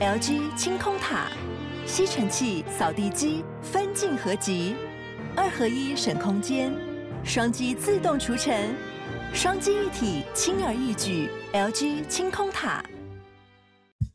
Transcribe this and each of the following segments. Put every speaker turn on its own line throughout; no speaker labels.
LG 清空塔、吸尘器、扫地机分镜合集，二合一省空间，双击自动除尘，双击一体轻而易举。LG 清空塔。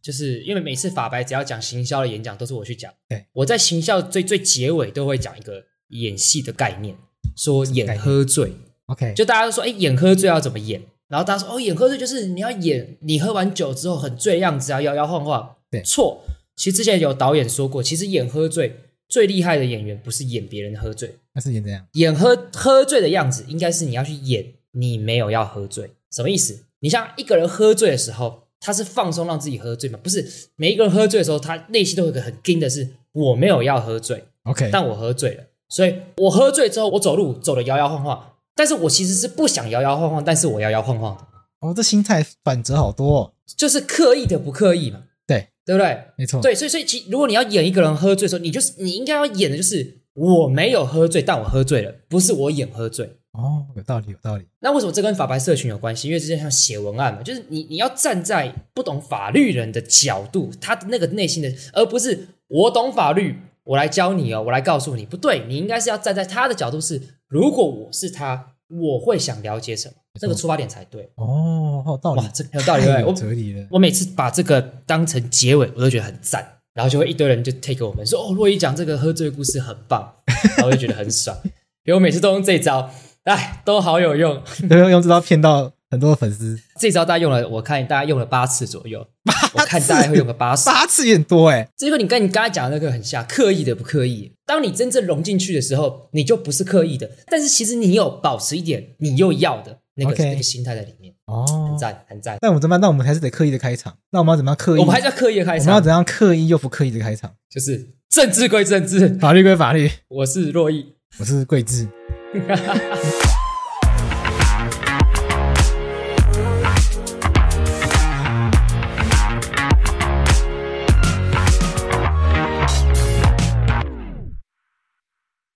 就是因为每次法白只要讲行销的演讲，都是我去讲。
对，
我在行销最最结尾都会讲一个演戏的概念，说演喝醉，
OK，
就大家都说，哎、演喝醉要怎么演？然后大家说，哦，演喝醉就是你要演你喝完酒之后很醉样子啊，摇摇晃晃。
对
错。其实之前有导演说过，其实演喝醉最厉害的演员不是演别人喝醉，
那是演怎样？
演喝喝醉的样子，应该是你要去演你没有要喝醉，什么意思？你像一个人喝醉的时候，他是放松让自己喝醉嘛？不是每一个人喝醉的时候，他内心都有一个很硬的是我没有要喝醉，
OK，
但我喝醉了，所以我喝醉之后，我走路走的摇摇晃晃，但是我其实是不想摇摇晃晃，但是我摇摇晃晃的，
哦，这心态转折好多、哦，
就是刻意的不刻意嘛，
对，嗯
对不对？
没错，，
对，所以所以其如果你要演一个人喝醉的时候，你就是你应该要演的就是我没有喝醉，但我喝醉了，不是我演喝醉。
哦，有道理，有道理，
那为什么这跟法白社群有关系？因为这就像写文案嘛，就是你你要站在不懂法律人的角度，他的那个内心的，而不是我懂法律，我来教你哦，我来告诉你，不对，你应该是要站在他的角度是，如果我是他，我会想了解什么，这个出发点才对。
哦，哎好有道理，
哇，这很有道理对不
太
对？
有
我
哲理了。
我每次把这个当成结尾，我都觉得很赞，然后就会一堆人就 take 我们说哦，洛伊讲这个喝醉的故事很棒，然后我就觉得很爽， 因为我每次都用这一招，哎，都好有用。
对，用这招骗到很多粉丝，
这招大概用了，我看大概用了八次左右，我看大概会用个八次。
八次也很多哎、
这个你跟你刚才讲的那个很像，刻意的不刻意。当你真正融进去的时候，你就不是刻意的，但是其实你有保持一点你又要的那个
OK
那个心态在里面，
哦
很，赞很赞。
那我们怎么办？那我们还是得刻意的开场。那我们要怎么样刻意？
我们还是要刻意的开
我们要
场，
怎样刻意又不刻意的开场？
就是政治归政治，
法律归法律，
我是若意。
我是桂智。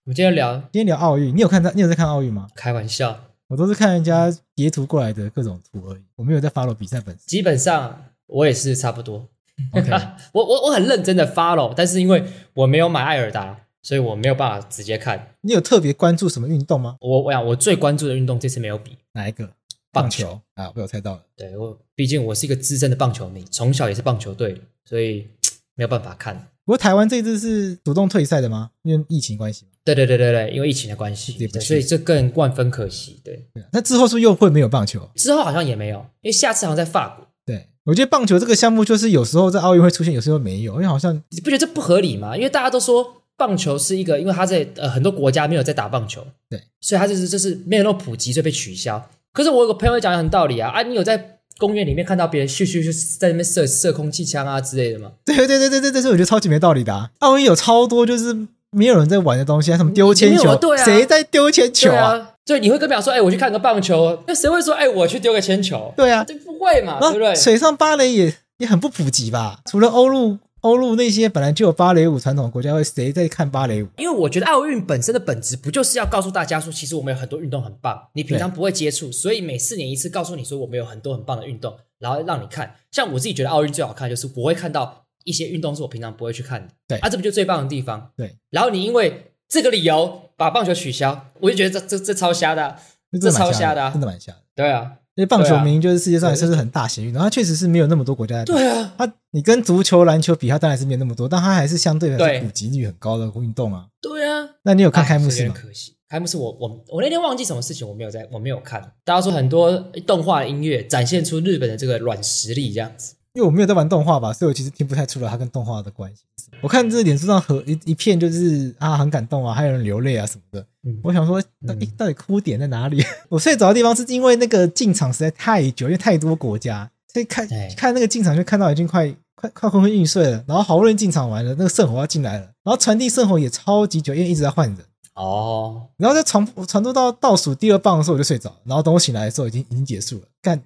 我们今天聊
今天聊奥运，你有看到？你有在看奥运吗？
开玩笑，
我都是看人家
嗯
截图过来的各种图而已，我没有在 follow 比赛本 身。
基本上我也是差不多。
OK，
我我我很认真的 follow，但是因为我没有买艾尔达，所以我没有办法直接看。
你有特别关注什么运动吗？
我我想我最关注的运动这次没有比
哪一个？
棒
棒
球
球啊，被我猜到了。
对我，毕竟我是一个资深的棒球迷，从小也是棒球队的，所以没有办法看。
不过台湾这一次是主动退赛的吗？因为疫情关系嘛。
对对对对对，因为疫情的关系
也，不
对
去
所以这更万分可惜。对，
对啊，那之后是不是又会没有棒球？
之后好像也没有，因为下次好像在法国，
对，我觉得棒球这个项目就是有时候在奥运会出现，有时候没有，因为好像
你不觉得这不合理吗？因为大家都说棒球是一个，因为他在呃很多国家没有在打棒球，
对，
所以他就是就是没有那么普及，所以被取消。可是我有个朋友讲的很道理啊，啊，你有在公园里面看到别人咻咻咻在那边射射空气枪啊之类的吗？
对对对对对对，这我觉得超级没道理的、啊。奥运有超多就是没有人在玩的东西，像什么丢铅
没有
球，
啊对啊
谁在丢铅球
对
啊？
啊，对，你会跟表说，哎、我去看个棒球，那谁会说，哎、我去丢个铅球？
对啊，
这不会嘛，对不对
那？水上芭蕾也也很不普及吧？除了欧陆欧陆那些本来就有芭蕾舞传统的国家，会谁在看芭蕾舞？
因为我觉得奥运本身的本质不就是要告诉大家说，其实我们有很多运动很棒，你平常不会接触，所以每四年一次告诉你说我们有很多很棒的运动，然后让你看。像我自己觉得奥运最好看就是我会看到一些运动是我平常不会去看的，
对
啊，这不就最棒的地方？
对，
然后你因为这个理由把棒球取消，我就觉得这这这超瞎的啊、
那真的蛮
这超瞎的啊
真的蛮瞎的。
对啊，
因为棒球
对啊
明明就是世界上也算是很大型运动，它确实是没有那么多国家在打。
对啊，
它你跟足球、篮球比，它当然是没有那么多，但它还是相对
对
来说普及率很高的运动啊。
对啊，
那你有看开幕
哎是
式
有
吗
点？可惜，开幕式我我我那天忘记什么事情，我没有在，我没有看。大家说很多动画音乐展现出日本的这个软实力，这样子。
因为我没有在玩动画吧，所以我其实听不太出来它跟动画的关系。我看这脸书上和一一片就是啊很感动啊，还有人流泪啊什么的。
嗯
我想说，到底到底哭点在哪里？ 我睡着的地方是因为那个进场实在太久，因为太多国家，所以看
对
看那个进场就看到已经快快快昏昏欲睡了。然后好不容易进场完了，那个圣火要进来了，然后传递圣火也超级久，因为一直在换人。
哦，
然后在传传播到倒数第二棒的时候我就睡着了，然后等我醒来的时候已经已经结束了。干，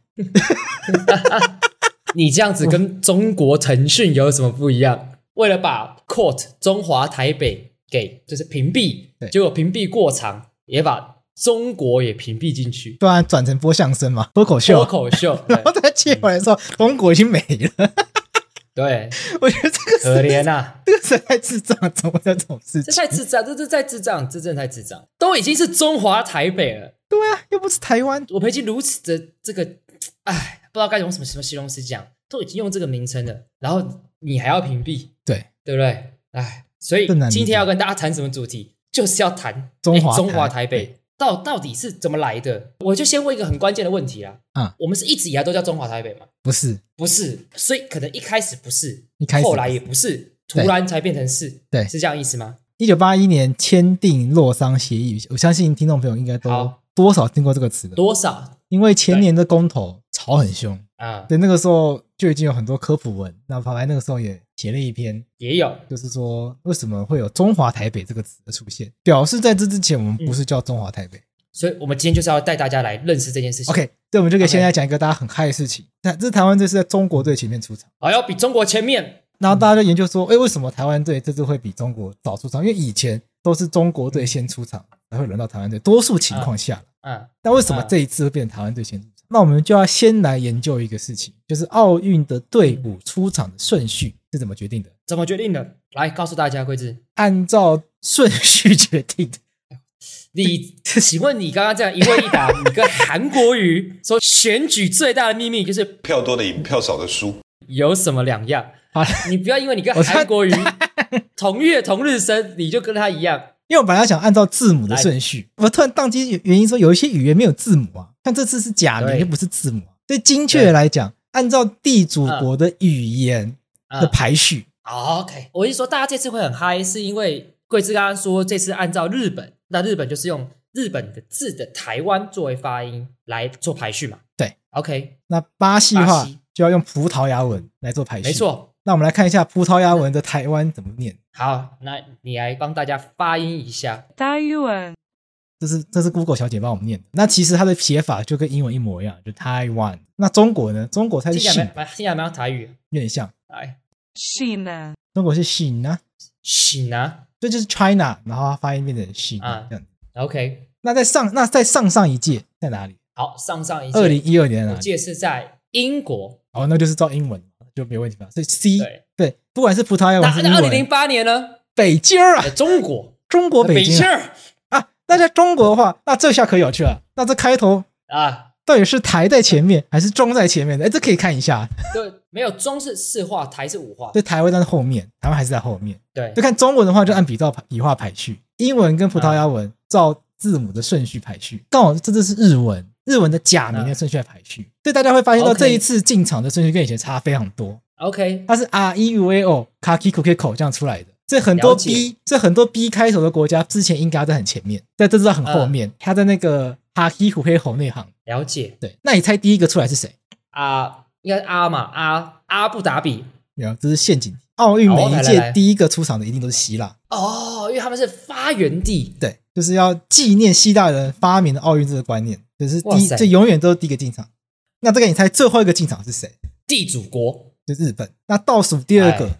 你这样子跟中国腾讯有什么不一样？为了把 Court 中华台北给就是屏蔽，
对
结果屏蔽过长，也把中国也屏蔽进去。
不然转成播相声嘛，脱口秀
脱。口秀，对
然后再切回来的时候，中国已经没了。
对，
我觉得这个
可
是
怜啊。
这个是太智障了，怎么会有这种事
这
情？
太智障，这这太智障，这真的太智障，都已经是中华台北了，
对啊，又不是台湾，
我培基如此的这个，唉，不知道该用什么什么形容词讲，都已经用这个名称了，然后你还要屏蔽，
对，
对不对？唉，所以
更难理解
今天要跟大家谈什么主题，就是要谈
中华
诶中华
台
台
北
北到到底是怎么来的。我就先问一个很关键的问题啊，
嗯
我们是一直以来都叫中华台北吗？
不是
不是，所以可能一开始不是，
一开始
后来也不是，突
对
然才变成是，
对
是这样意思吗？
一九八一年签订《洛桑协议》，我相信听众朋友应该都
好
多少听过这个词的，
多少
因为前年的公投吵很凶，
啊？
对，那个时候就已经有很多科普文，那法白那个时候也写了一篇，
也有
就是说为什么会有“中华台北”这个词的出现，表示在这之前我们
嗯
不是叫中华台北。
所以我们今天就是要带大家来认识这件事情。
OK，这我们就可以
OK
先来讲一个大家很嗨的事情，那这是台湾队是在中国队前面出场。
好，要比中国前面
然后大家就研究说，哎，为什么台湾队这次会比中国早出场？因为以前都是中国队先出场，才会轮到台湾队，多数情况下。
嗯啊，
那为什么
啊
这一次会变成台湾队先出场？那我们就要先来研究一个事情，就是奥运的队
嗯
伍出场的顺序是怎么决定的？
怎么决定的？来告诉大家，桂子，
按照顺序决定的。
你请问你刚刚这样一问一答，你跟韩国瑜说选举最大的秘密就是
票多的赢，票少的输。
有什么两样？
好了，
你不要因为你跟
我猜
韩 国瑜同月同日生，你就跟他一样。
因为我本来想按照字母的顺序，我突然宕机原因说有一些语言没有字母啊，像这次是假名
对
又不是字母啊、所以精确的来讲，按照地主
嗯
国的语言
啊
的排序，
好 OK，我是说大家这次会很嗨，是因为桂枝刚刚说这次按照日本，那日本就是用日本的字的台湾作为发音来做排序嘛？
对
，OK，
那巴西的话
巴西
就要用葡萄牙文来做排序。
没，错，嗯
那我们来看一下葡萄牙文的台湾怎么念，
好，那你来帮大家发音一下。
Taiwan,
这是这是 Google 小姐帮我们念的。那其实它的写法就跟英文一模一样，就台湾。那中国呢？中国它是
听起来
信，
蛮，听起来蛮像台语。
有点像。
来，
China,
中国是信啊，
醒啊
这就是 China，然后它发音变成信、
啊
这样子。
，OK，
那在上那在上上一届在哪里？
好，上上一届，
二零一二年在
我
哪
记
里？
得是在英国。
哦，那就是照英文就没问题吧？所以 C
对
对，不管是葡萄牙文
那
还哎是英
那二零零
文，
八年呢？
北京儿啊
在，中 国，
中国北京
京
啊
儿
啊。那在中国的话，那这下可有趣了。那这开头
啊，
到底是台在前面还是中在前面的？哎，这可以看一下。
对，没有中是四画，台是五画。
这台湾在后面，台湾还是在后面。
对
就，看中文的话，就按比照笔画排序；英文跟葡萄牙文照字母的顺序排序。刚好这就是日文，日文的假名的顺序来排序。所以大家会发现到
OK
这一次进场的顺序跟以前差非常多，
OK，
它是 R E U A O k a k i k u k i k o 这样出来的。所以很多
了解
B，所以很多 B 开头的国家之前应该在很前面，在这次在很后面。它在那个哈基虎黑吼那行，
了解
对。那你猜第一个出来是谁？
啊，应该是阿嘛，阿阿布达比。
没有，这是陷阱题。奥运每
好
一
来来
届
来
第一个出场的一定都是希腊。
哦，因为他们是发源地。
对，就是要纪念希腊人发明的奥运这个观念，就是第
哇
一，
塞
这永远都是第一个进场。那这个你猜最后一个进场是谁？
地主国、
就日本。那倒数第二
哎
个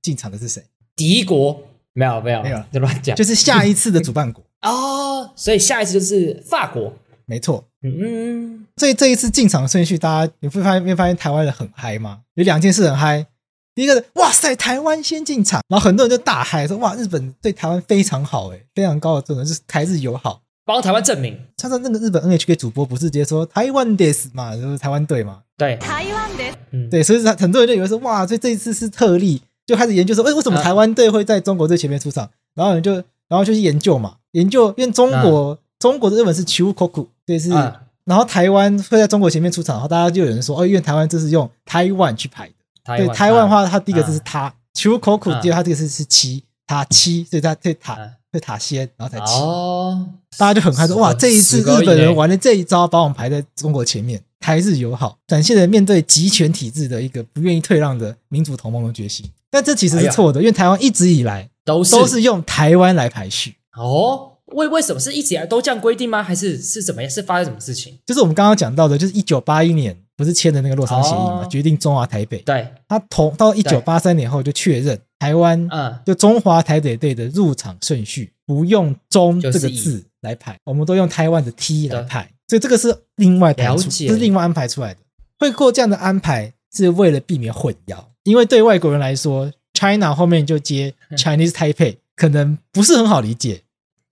进场的是谁？
敌国没有没有
没有
就乱讲，
就是下一次的主办国，
哦，所以下一次就是法国。
没错。
嗯，
所以这一次进场顺序，大家你会发现，会发现台湾人很嗨吗？有两件事很嗨。第一个是哇塞，台湾先进场，然后很多人就大嗨说哇，日本对台湾非常好，诶，非常高的这种就是台日友好。
帮台湾证明，
加上那个日本 NHK 主播不是直接说台湾 this 嘛，就是台湾队嘛，
对，
台湾です。
嗯，
对，所以很多人就以为说，哇，所以这一次是特例，就开始研究说，哎、为什么
啊
台湾队会在中国队前面出场？然后人就，然后就去研究嘛，研究，因为中国、中国的日本是 c h u k o k u 这是，
啊
然后台湾会在中国前面出场，然后大家就有人说，哦，因为台湾这是用台湾去排的，
台
对，台湾
啊
的话，它第一个字是他 c h u k o k u
啊
第二它这个字是七，他七，所以它对塔
啊
对塔先，然后才七，
哦，
大家就很嗨说，
死
哇，
狗
这一次
死狗
日本
以
人
内
玩的这一招，把我们排在中国前面，台日友好，展现了面对集权体制的一个不愿意退让的民主同盟的决心。但这其实
哎
是
呀
错的，因为台湾一直以来
都是
都是用台湾来排序，
哦，为为什么是一直以来都这样规定吗？还是是怎么样？是发生什么事情？
就是我们刚刚讲到的，就是一九八一年不是签的那个洛桑协议嘛，
哦
决定中华台北。
对，
他同到一九八三年后就确认台湾
嗯，
就中华台北队的入场顺序不用“中”这
就是
个
以
字来排，我们都用台湾的 “T” 来
对
排，所以这个是另外排
了
出，
解
这是另外安排出来的。会过这样的安排，是为了避免混淆。因为对外国人来说，China 后面就接
嗯
Chinese Taipei，可能不是很好理解。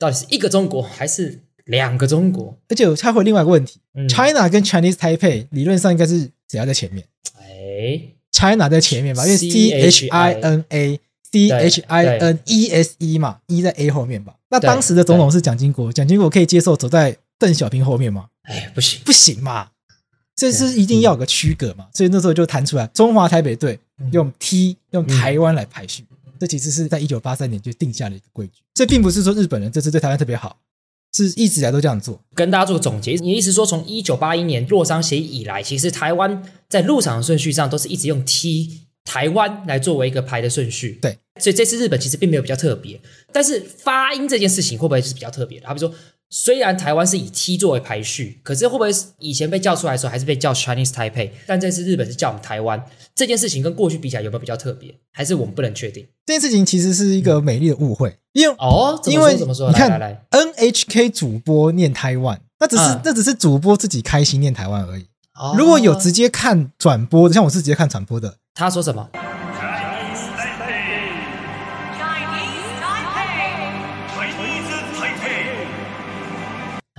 到底是一个中国还是两个中国？
而且我插回另外一个问题、
嗯
c h i n a 跟 Chinese Taipei 理论上应该是只要在前面
哎，
，China 在前面吧，因为 C H I N A C
对
H I N E S E 嘛，E 在 A 后面吧。那当时的总统是蒋经国，蒋经国可以接受走在邓小平后面吗？
哎，不行，
不行嘛，这是一定要有个区隔嘛。所以那时候就谈出来，中华台北队用 T 用台湾来排序，这其实是在一九八三年就定下了一个规矩。这并不是说日本人这次对台湾特别好，是一直以来都这样做。
跟大家做个总结，你的意思说，从一九八一年洛桑协议以来，其实台湾在入场的顺序上都是一直用 T 台湾来作为一个排的顺序。
对，
所以这次日本其实并没有比较特别，但是发音这件事情会不会是比较特别的？好比说，虽然台湾是以 T 作为排序，可是会不会是以前被叫出来的时候还是被叫 Chinese Taipei，但这次日本是叫我们台湾，这件事情跟过去比起来有没有比较特别？还是我们不能确定？
这件事情其实是一个美丽的误会，因为
嗯哦，怎
因
么
为
说怎么说？
你
来
看
来来，
NHK 主播念台湾，那只是、
嗯
那只是主播自己开心念台湾而已。
哦
如果有直接看转播的，像我是直接看转播的，
他说什么？
Chinese Taipei. Chinese Taipei.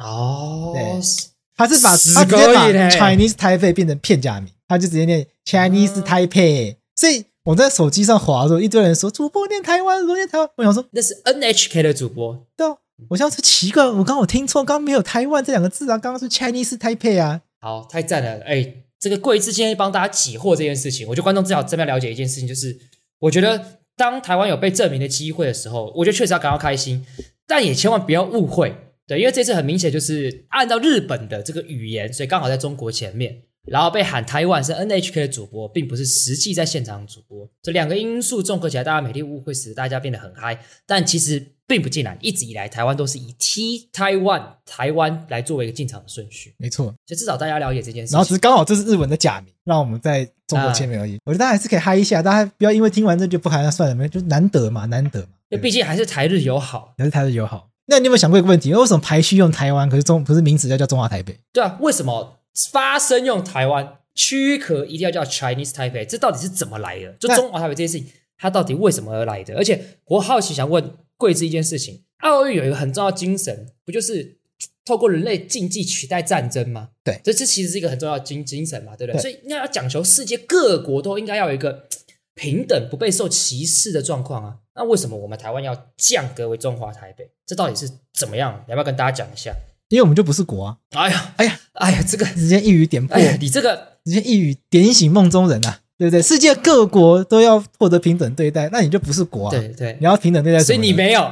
哦，
对
是
他是把
死
他直接
狗
把
眼欸
Chinese Taipei 变成片假名，他就直接念 Chinese
嗯
Taipei。所以我在手机上滑的时候，一堆人说主播念台湾，主播念台湾，我想说，
那是 NHK 的主播，
对啊，我想说奇怪，我刚刚我听错，刚刚没有台湾这两个字啊，刚刚是 Chinese Taipei 啊。
好，太赞了！哎，这个贵志今天帮大家解惑这件事情，我觉得观众至少这边了解一件事情，就是我觉得当台湾有被证明的机会的时候，我觉得确实要感到开心，但也千万不要误会，对，因为这次很明显就是按照日本的这个语言，所以刚好在中国前面。然后被喊台湾是 NHK 的主播，并不是实际在现场主播。这两个因素综合起来，大家美丽误会使大家变得很嗨，但其实并不尽然。一直以来，台湾都是以 T 台湾台湾来作为一个进场的顺序。
没错，
就至少大家了解这件事情。
然后只是刚好这是日文的假名，让我们在中
啊
国签名而已。我觉得大家还是可以嗨一下，大家不要因为听完这就不嗨，那算了，没就难得嘛，难得嘛。
因为毕竟还是台日友好，
还是台日友好。那你有没有想过一个问题？为什么排序用台湾，可是中不是名字要叫中华台北？
对啊，为什么发声用台湾躯壳一定要叫 Chinese Taipei？这到底是怎么来的？就
那
中华台北这件事情，它到底为什么而来的？而且我好奇想问贵志一件事情：奥运有一个很重要的精神，不就是透过人类竞技取代战争吗？
对
这这其实是一个很重要的精精神嘛，对不对？
对
所以应该要讲求世界各国都应该要有一个平等、不被受歧视的状况啊。那为什么我们台湾要降格为中华台北？这到底是怎么样？要不要跟大家讲一下？
因为我们就不是国啊！
哎呀，
哎呀，
哎呀，这个，
直接一语点破，
哎呀，你这个，
直接一语点醒梦中人啊，对不对？世界各国都要获得平等对待，那你就不是国啊！
对对
你，要平等对待什
所以
么呢，
你没有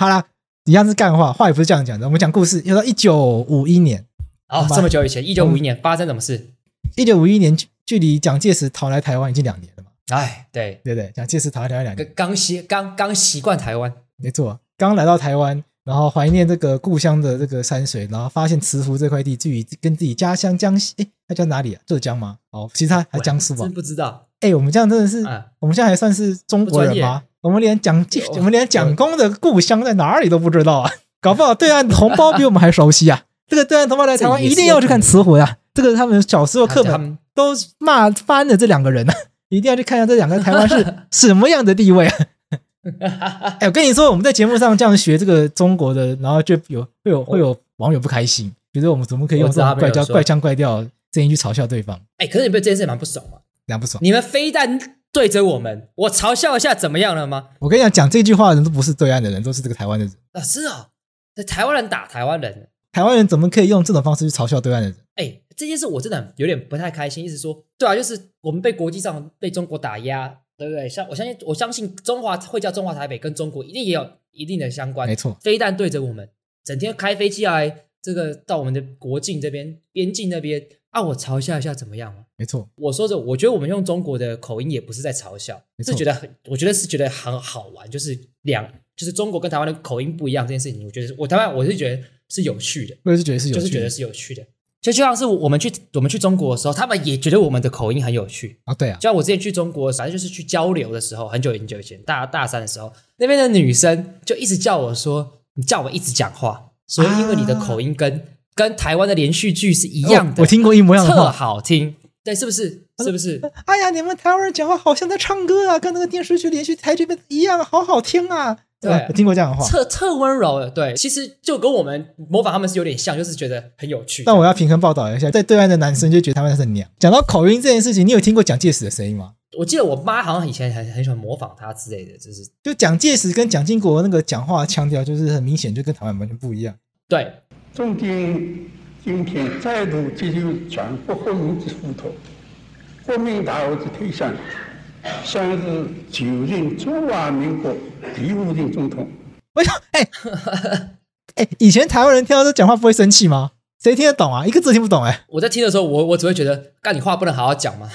好啦，一样是干话，话也不是这样讲的。我们讲故事，要到一九五一年，
哦，
吧
这么久以前，一九五一年发生什么事？
一九五一年距距离蒋介石逃来台湾已经两年了嘛，
哎，对，
对不对？蒋介石逃来台湾两年
刚，刚习刚刚习惯台湾，
没错，刚来到台湾，然后怀念这个故乡的这个山水，然后发现慈湖这块地距离跟自己家乡江西，哎，它叫哪里啊？浙江吗？哦，其实它还江苏吧
真。不知道，
哎，我们这样真的是，
嗯
我们现在还算是中国人
不专
吗？我们连蒋介，
有
我们连蒋公的故乡在哪里都不知道 啊！搞不好对岸同胞比我们还熟悉啊！这个对岸同胞来台湾
这也
一
是
定要去看慈湖啊！这个他们小时候课
他
本
们
都骂翻了这两个人啊， 一定要去看一下这两个台 湾是什么样的地位啊！哎，我跟你说，我们在节目上这样学这个中国的，然后就有会有会有网友不开心，觉得我们怎么可以用
我知
这
道
种怪
他们
调
有说
怪腔怪调的声音去嘲笑对方，
哎，可是你对这件事蛮不爽嘛？
这样不爽。
你们非但对着我们，我嘲笑一下怎么样了吗？
我跟你讲，讲这句话的人都不是对岸的人，都是这个台湾的人。
啊，是哦，那台湾人打台湾人，
台湾人怎么可以用这种方式去嘲笑对岸的人？
哎、这件事我真的有点不太开心，意思说，对啊，就是我们被国际上被中国打压，对不对？像我相信，我相信中华会叫中华台北跟中国一定也有一定的相关，
没错
非但对着我们，整天开飞机来，这个到我们的国境这边、边境那边啊，我嘲笑一下怎么样嘛？
没错，
我说着，我觉得我们用中国的口音也不是在嘲笑，
没错
是觉得很，我觉得是觉得很好玩，就是两，就是中国跟台湾的口音不一样这件事情，我觉得是我台湾我是觉得是有趣的。
我也是觉得是有
就
趣的，
是觉得是有趣的。就就像是我们去我们去中国的时候，他们也觉得我们的口音很有趣。
啊，对啊
就，像我之前去中国，反正就是去交流的时候，很久很久以前，大大三的时候，那边的女生就一直叫我说：“你叫我一直讲话，说因为你的口音跟、跟台湾的连续剧是一样的，
啊哦我我听过一模一样的
特
话，
好听。”对，是不是？是不 是？
哎呀，你们台湾人讲话好像在唱歌啊，跟那个电视剧连续台剧一样，好好听啊。
对
吧有听过这样的话。
特特温柔的，对，其实就跟我们模仿他们是有点像，就是觉得很有趣。
但我要平衡报道一下，在对岸的男生就觉得台湾男生很娘。讲到口音这件事情，你有听过蒋介石的声音吗？
我记得我妈好像以前很很喜欢模仿他之类的，就是
就蒋介石跟蒋经国那个讲话腔调，就是很明显就跟台湾完全不一样。
对，
中定今天再度接受全国国民之付托，国民大会之推选，向是就任中华民国第五任总统。
我想，哎、哎、以前台湾人听到这讲话不会生气吗？谁听得懂啊？一个字听不懂哎、
我在听的时候，我我只会觉得，干你话不能好好讲吗？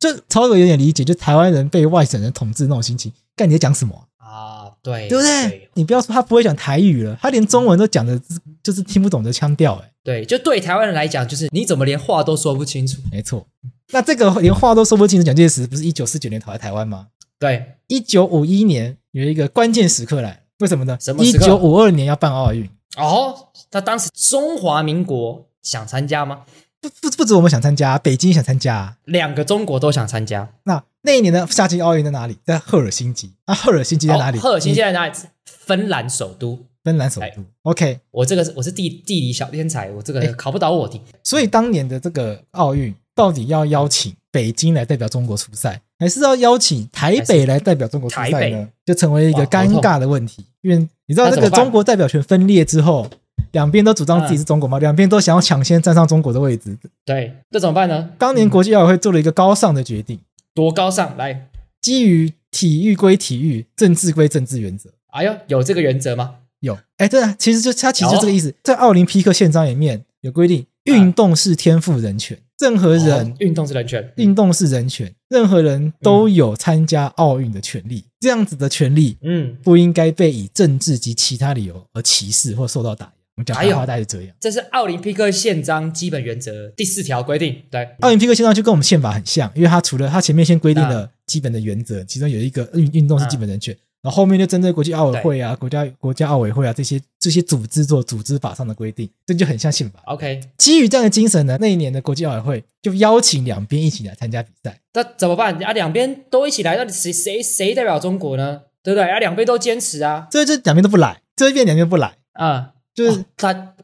就超哥有点理解，就台湾人被外省人统治那种心情。干你在讲什么啊、
啊，对，
对不对？
对？
你不要说他不会讲台语了，他连中文都讲的，就是听不懂的腔调哎、
对，就对台湾人来讲，就是你怎么连话都说不清楚？
没错，那这个连话都说不清的蒋介石，不是一九四九年逃来台湾吗？
对，
一九五一年有一个关键时刻来了，为什么呢
什？么
一
时刻
九五二年要办奥运，
哦，他当时中华民国想参加吗？
不不不止我们想参加，北京也想参加、啊。
两个中国都想参加。
那那一年的夏季奥运在哪里？在赫尔辛基。啊，赫尔辛基在哪里？嗯
哦赫尔辛基在哪里？芬兰首都。
芬兰首
哎
都。OK，
我这个是我是地地理小天才，我这
哎
个考不倒我的。
所以当年的这个奥运到底要邀请北京来代表中国出赛，还是要邀请台北来代表中国出
还
赛
是台
呢
北？
就成为一个
哇
尴
头
尬的问题，因为你知道
那
这
怎
个
么办
中国代表权分裂之后，两边都主张自己是中国嘛，两边都想要抢先站上中国的位置。
对，这怎么办呢？
当年国际奥委会做了一个高尚的决定，
多高尚！来，
基于体育归体育，政治归政治原则。
哎呦，有这个原则吗？
有，哎，对啊，其实就它其实就
有
这个意思，在奥林匹克宪章里面有规定，运动是天赋人权，任何人
哦运动是人权，
运动是人权，任何人都有参加奥运的权利。这样子的权利
嗯，
不应该被以政治及其他理由而歧视或受到打压。我们讲白话大概是这样。
这是奥林匹克宪章基本原则第四条规定。对，
奥林匹克宪章就跟我们宪法很像，因为它除了它前面先规定
啊
了基本的原则，其中有一个运运动是基本人权，然后后面就针对国际奥委会啊、国家国家奥委会啊这些这些组织做组织法上的规定，这就很像宪法。
OK，
基于这样的精神呢，那一年的国际奥委会就邀请两边一起来参加比赛。
那怎么办？啊，两边都一起来，那谁谁谁代表中国呢？对不对？啊，两边都坚持啊，
这就两边都不来，这一边两边不来，
啊、
就是
哦他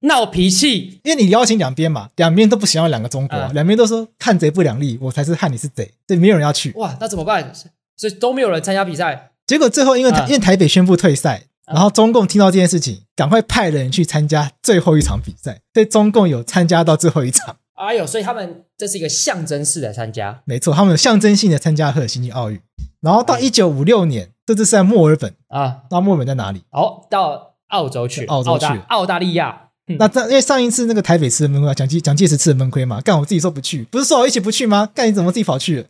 闹脾气，
因为你邀请两边嘛，两边都不想要两个中国，
嗯
两边都说看贼不两立，我才是汉你是贼，对，没有人要去。
哇，那怎么办？所以都没有人参加比赛，
结果最后因为
嗯
台、因为台北宣布退赛，
嗯
然后中共听到这件事情，赶快派人去参加最后一场比赛，所以中共有参加到最后一场，
哎呦，所以他们这是一个象征式的参加，
没错，他们有象征性的参加赫尔辛基奥运，然后到一九五六年，这次是在墨尔本，
啊，
那墨尔本在哪里？
好、到澳洲去，
澳洲
大
去
澳大利亚，嗯
那这因为上一次那个台北吃的闷亏，啊蒋介蒋介石吃的闷亏嘛，干我自己说不去，不是说我一起不去吗？干你怎么自己跑去了？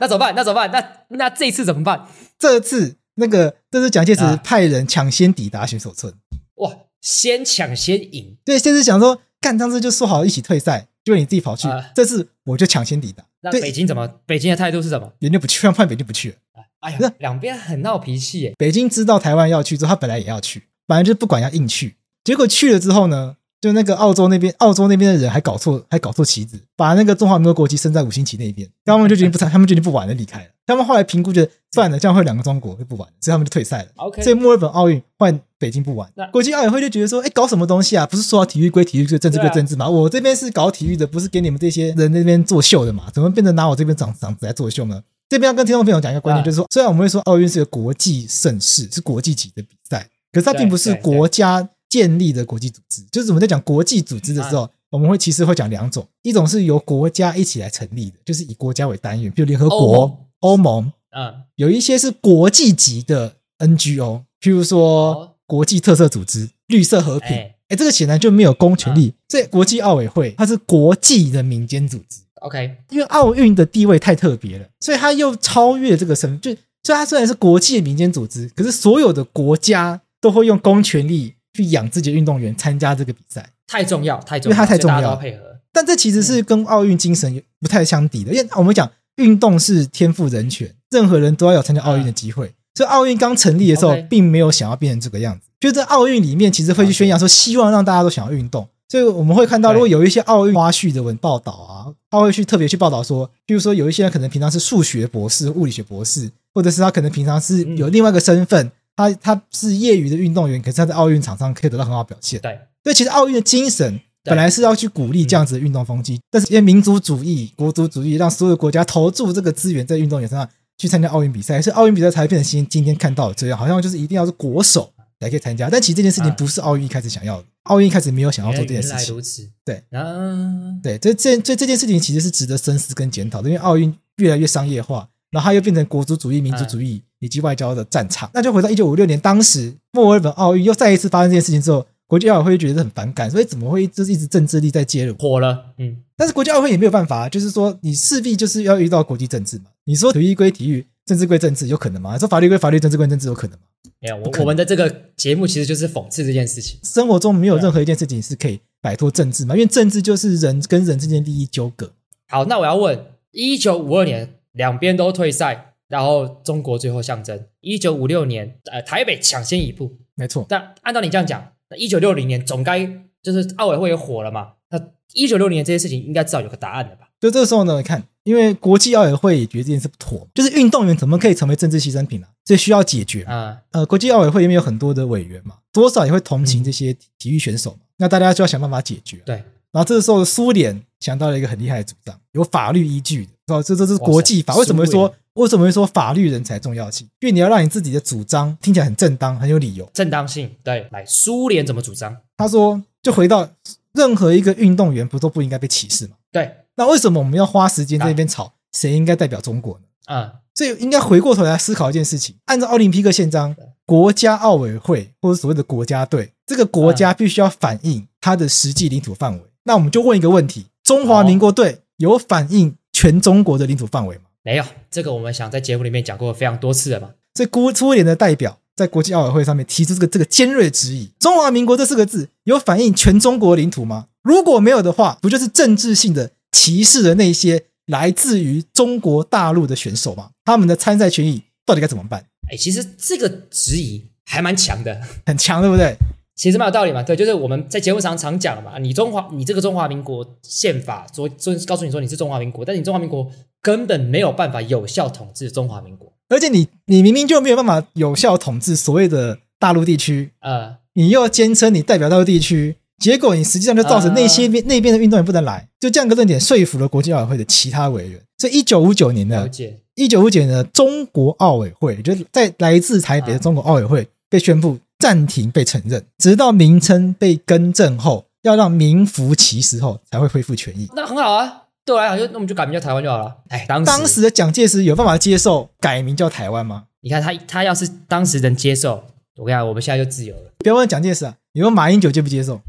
那怎么办？那怎么办？那那这一次怎么办？
这次那个这次蒋介石
啊
派人抢先抵达选手村，
哇，先抢先赢
对，先是想说干上次就说好一起退赛，结果你自己跑去，
啊
这次我就抢先抵达，
那北
对，
京怎么？北京的态度是什么？
人就不去，换北京不去了。
哎
不是
呀，两边很闹脾气耶。
北京知道台湾要去之后，他本来也要去，本来就不管要硬去，结果去了之后呢，就那个澳洲那边澳洲那边的人还搞错，还搞错旗子，把那个中华民国国旗升在五星旗那边，他们就决定不参，他们决定不玩了，离开了。他们后来评估觉得算了，这样会有两个中国就不玩了，所以他们就退赛了。
OK
所以墨尔本奥运换北京不玩
那，
国际奥委会就觉得说，哎，搞什么东西啊？不是说要体育归体育，政治归
对啊
政治嘛？我这边是搞体育的，不是给你们这些人那边作秀的嘛？怎么变成拿我这边长长子来作秀呢？这边要跟听众朋友讲一个观念，
啊
就是说，虽然我们会说奥运是个国际盛事，是国际级的比赛，可是它
对
并不是国家建立的国际组织。就是我们在讲国际组织的
啊
时候，我们会其实会讲两种，一种是由国家一起来成立的，就是以国家为单元，比如联合
欧
国
盟、
欧盟，
嗯，
有一些是国际级的 NGO，譬如说
哦
国际特色组织、绿色和平。
哎啊
哎，这个显然就没有公权力。所以国际奥委会它是国际的民间组织，
，OK，
因为奥运的地位太特别了，所以它又超越这个身份。就所以它虽然是国际的民间组织，可是所有的国家都会用公权力去养自己的运动员参加这个比赛。
太重要，太重要，
因为它太重要
所以大家都要配合。
但这其实
嗯
是跟奥运精神不太相抵的，因为我们讲运动是天赋人权，任何人都要有参加奥运的机会。所以奥运刚成立的时
嗯
候
OK，嗯
并没有想要变成这个样子。就是在奥运里面，其实会去宣扬说，希望让大家都想要运动。所以我们会看到，
对
如果有一些奥运花絮的文报道啊，他会去特别去报道说，譬如说有一些人可能平常是数学博士、物理学博士，或者是他可能平常是
嗯
有另外一个身份，他他是业余的运动员，可是他在奥运场上可以得到很好表现。
对，
所以其实奥运的精神
对嗯
本来是要去鼓励这样子的运动风气，但是因为民族主义、国族主义，让所有国家投注这个资源在运动员身上去参加奥运比赛，所以奥运比赛才会变成今今天看到的这样，好像就是一定要是国手才可以参加。但其实这件事情
啊
不是奥运一开始想要的，奥运一开始没有想要做这件
原
事
来
情。
如此，
对
啊，
对，这这这这件事情其实是值得深思跟检讨的，因为奥运越来越商业化，然后它又变成国族主义、民族主义以及外交的战场。那就回到一九五六年，当时墨尔本奥运又再一次发生这件事情之后，国际奥委会觉得很反感，所以怎么会就是一直政治力在介入？
火了，嗯，
但是国际奥委会也没有办法，啊就是说你势必就是要遇到国际政治嘛。你说体育归体育，政治归政治，有可能吗？你说法律归法律，政治归政治，有可能吗？
没有，我
不可能
我们的这个节目其实就是讽刺这件事情，
生活中没有任何一件事情是可以摆脱政治嘛，因为政治就是人跟人之间利益纠葛。
好，那我要问，一九五二年两边都退赛，然后中国最后象征；一九五六年，呃，台北抢先一步。
没错，
但按照你这样讲，那一九六零年总该就是奥委会也火了嘛？那一九六零年这些事情应该至少有个答案了吧？
就这个时候呢，你看，因为国际奥委会也觉得这件事不妥，就是运动员怎么可以成为政治牺牲品呢、这需要解决嘛。
啊、
呃，国际奥委会里面有很多的委员嘛，多少也会同情这些体育选手嘛，那大家就要想办法解决。
嗯
啊
对，
然后这个时候，苏联想到了一个很厉害的主张，有法律依据的。哦，这这这是
哇
国
塞
际法，为什么会
苏
说
联
为什么会说法律人才重要性？因为你要让你自己的主张听起来很正当，很有理由。
正当性对，来，苏联怎么主张？
他说，就回到任何一个运动员不都不应该被歧视嘛？
对，
那为什么我们要花时间在那边吵谁应该代表中国呢？
啊、
所以应该回过头来思考一件事情：按照奥林匹克宪章，国家奥委会或者所谓的国家队，这个国家必须要反映它的实际领土范围。那我们就问一个问题：中华民国队有反映全中国的领土范围吗？
没有，这个我们想在节目里面讲过非常多次了嘛。
所以，孤苏联的代表在国际奥委会上面提出这个这个尖锐质疑：中华民国这四个字有反映全中国领土吗？如果没有的话，不就是政治性的歧视了那些来自于中国大陆的选手吗？他们的参赛权益到底该怎么办？
哎，其实这个质疑还蛮强的。
很强，对不对？
其实蛮有道理嘛，对，就是我们在节目上常讲嘛，你中华，你这个中华民国宪法说说告诉你说你是中华民国，但你中华民国根本没有办法有效统治中华民国，
而且你你明明就没有办法有效统治所谓的大陆地区，
呃，
你又坚称你代表大陆地区，结果你实际上就造成那
啊
些边、那边的运动员不能来，就这样一个论点说服了国际奥委会的其他委员。所以一九五九年
了
的
解，
一九五九年的中国奥委会，就是在来自台北的中国奥委会被宣布暂停被承认，直到名称被更正后，要让名副其实后才会恢复权益。
那很好啊，对我来讲就那我们就改名叫台湾就好了。哎，当时
当时的蒋介石有办法接受改名叫台湾吗？
你看他他要是当时能接受，我跟你讲，我们现在就自由了。
不要问蒋介石啊，你问马英九接不接受？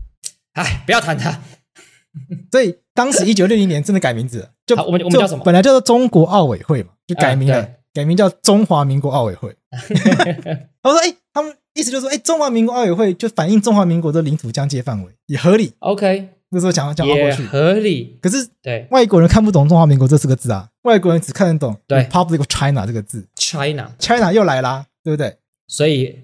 哎，不要谈他，
所以当时一九六零年真的改名字了，就
好我们我们叫什么
就本来叫做中国奥委会嘛，就改名了，
啊对
改名叫中华民国奥委 会。他们说，哎、他们意思就是说，哎、中华民国奥委会就反映中华民国的领土疆界范围，也合理。
，OK，
那时候讲讲到过
也
去，
合理，
可是
对
外国人看不懂“中华民国”这四个字啊，外国人只看得懂
对
“Republic of China” 这个字
，China，
，China 又来啦，对不对？
所以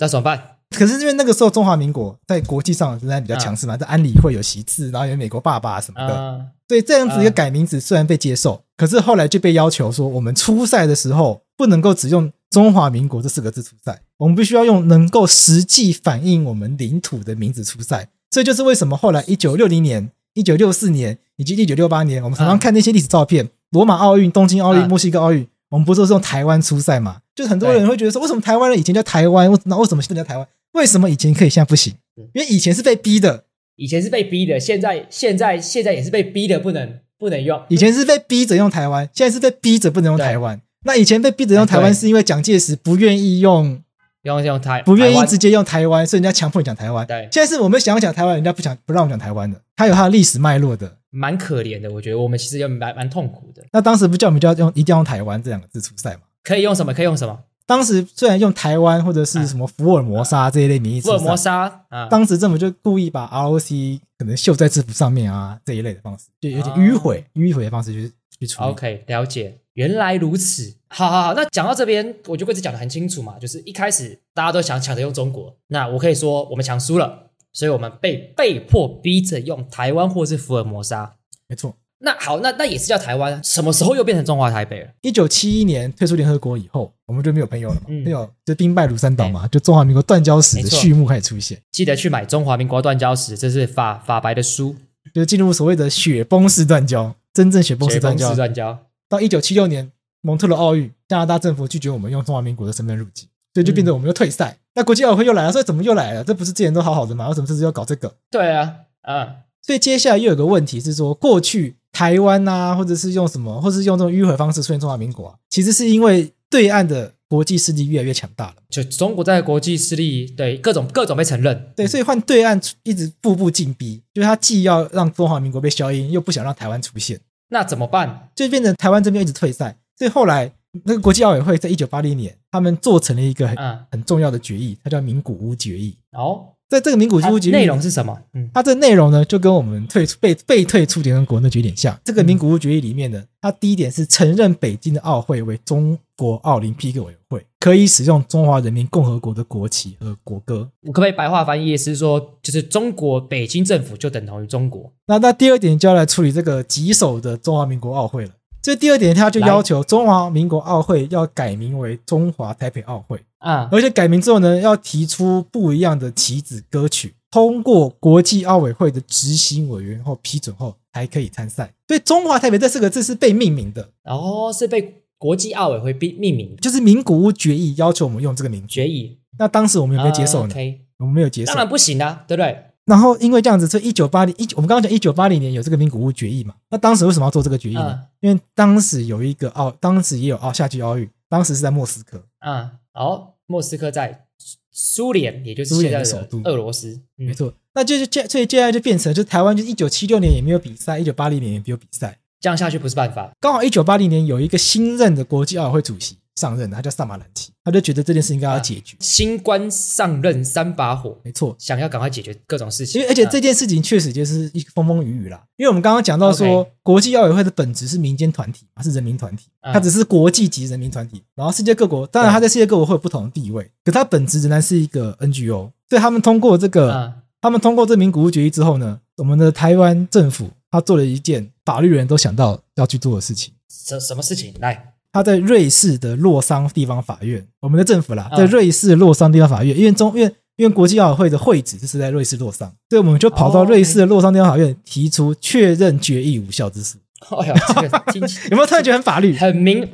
那怎么办？
可是因为那个时候中华民国在国际上仍然比较强势嘛，在安理会有席次，然后有美国爸爸什么
啊、
的，所以这样子一个改名字虽然被接受，可是后来就被要求说，我们出赛的时候不能够只用“中华民国”这四个字出赛，我们必须要用能够实际反映我们领土的名字出赛。这就是为什么后来一九六零年、一九六四年以及一九六八年，我们常常
嗯
看那些历史照片，罗马奥运、东京奥运、
嗯
墨西哥奥运，我们不是都是用台湾出赛嘛？就是很多人会觉得说，为什么台湾人以前叫台湾，为那为什么现在叫台湾？为什么以前可以，现在不行？因为以前是被逼的，
以前是被逼的，现在现在现在也是被逼的，不能不能用。
以前是被逼着用台湾，现在是被逼着不能用台湾。那以前被逼着用台
哎
湾，
对
是因为蒋介石不愿意用，
用用台
不愿
台
意
湾
直接用台湾，所以人家强迫你讲台湾。
对
现在是我们想要讲台湾，人家不讲不让我们讲台湾的，它有它的历史脉络的。
蛮可怜的，我觉得我们其实也蛮蛮痛苦的。
那当时不叫我们就要用，一定要用台湾这两个字出赛嘛？
可以用什么？可以用什么？
当时虽然用台湾或者是什么福尔摩沙这一类名义
哎福
出
尔摩
赛，
沙啊，
当时政府就故意把 ROC 可能绣在制服上面啊这一类的方式，就有点
哦
迂回、迂回的方式去去处理。
OK，了解，原来如此。好好好，那讲到这边，我就规则讲的很清楚嘛，就是一开始大家都想抢着用中国，那我可以说我们抢输了，所以我们被被迫逼着用台湾或是福尔摩沙。
没错，
那好，那那也是叫台湾啊，什么时候又变成中华台北了？
一九七一年退出联合国以后，我们就没有朋友了嘛，
嗯
没有就兵败如山倒嘛，就中华民国断交史
没
的
错
序幕开始出现，
记得去买《中华民国断交史》，这是法法白的书，
就是进入所谓的雪崩式断交，真正雪崩式
解
断
封式
交。
断交。
到一九七六年蒙特罗奥运，加拿大政府拒绝我们用中华民国的身份入籍，所以
嗯
就变成我们又退赛。那国际奥委会又来了，说怎么又来了？这不是之前都好好的吗？为什么这次要搞这个？
对啊，嗯，
所以接下来又有个问题是说，过去台湾啊，或者是用什么，或是用这种迂回方式出现中华民国、啊，其实是因为对岸的国际势力越来越强大了。
就中国在国际势力对各种各种被承认，
对，所以换对岸一直步步紧逼，就是他既要让中华民国被消音，又不想让台湾出现，
那怎么办？
就变成台湾这边一直退赛。所以后来那个国际奥委会在一九八零年，他们做成了一个很
嗯，
很重要的决议，它叫名古屋决议。
哦，
在这个名古
它
屋决议
内容，是什么？嗯，
它这内容呢，就跟我们退出被被退出联合国那几点像。这个名古屋决议里
嗯
面呢，它第一点是承认北京的奥会为中国奥林匹克委员会，可以使用中华人民共和国的国旗和国歌。
我可不可以白话翻译是说，就是中国北京政府就等同于中国，
那那第二点就要来处理这个棘手的中华民国奥会了。所以第二点，它就
来
要求中华民国奥会要改名为中华台北奥会。
啊、
而且改名之后呢，要提出不一样的棋子歌曲，通过国际奥委会的执行委员后批准后才可以参赛。所以“中华台北”这四个字是被命名的，
然后是被国际奥委会命命名
就是名古屋决议要求我们用这个名字。
决议，
那当时我们有没有接受
啊
呢？
？OK，
我们没有接受
当。然不行啊，对不对？
然后因为这样子，所以一九八零一，我们刚刚讲一九八零年有这个名古屋决议嘛。那当时为什么要做这个决议呢？
嗯
因为当时有一个奥，当时也有奥夏季奥运，当时是在莫斯科。
啊、好，莫斯科在苏苏联，也就是
苏
现
联
在
的
的
首都
俄罗斯，嗯
没，错，那就是这，所以接下来就变成，就台湾就一九七六年也没有比赛，一九八零年也没有比赛，
这样下去不是办法。
刚好一九八零年有一个新任的国际奥委会主席上任，他叫萨马兰奇，他就觉得这件事应该要解决。
新官上任三把火，
没错，
想要赶快解决各种事情，
因为而且
啊
这件事情确实就是一个风风雨雨啦。因为我们刚刚讲到说
OK，
国际奥委会的本质是民间团体嘛，是人民团体，
嗯
它只是国际级人民团体。然后世界各国，当然它在世界各国会有不同的地位，可它本质仍然是一个 NGO。所以他们通过这个，
啊
他们通过这名古屋决议之后呢，我们的台湾政府他做了一件法律人都想到要去做的事情。
什什么事情来
他在瑞士的洛桑地方法院，我们的政府啦，
嗯
在瑞士洛桑地方法院，因为中因为因为国际奥委会的会址就是在瑞士洛桑，所以我们就跑到
哦
瑞士的洛桑地方法院提出确认决议无效之诉。
哎 呀，这个听起
有没有突然觉得很 法律？
很民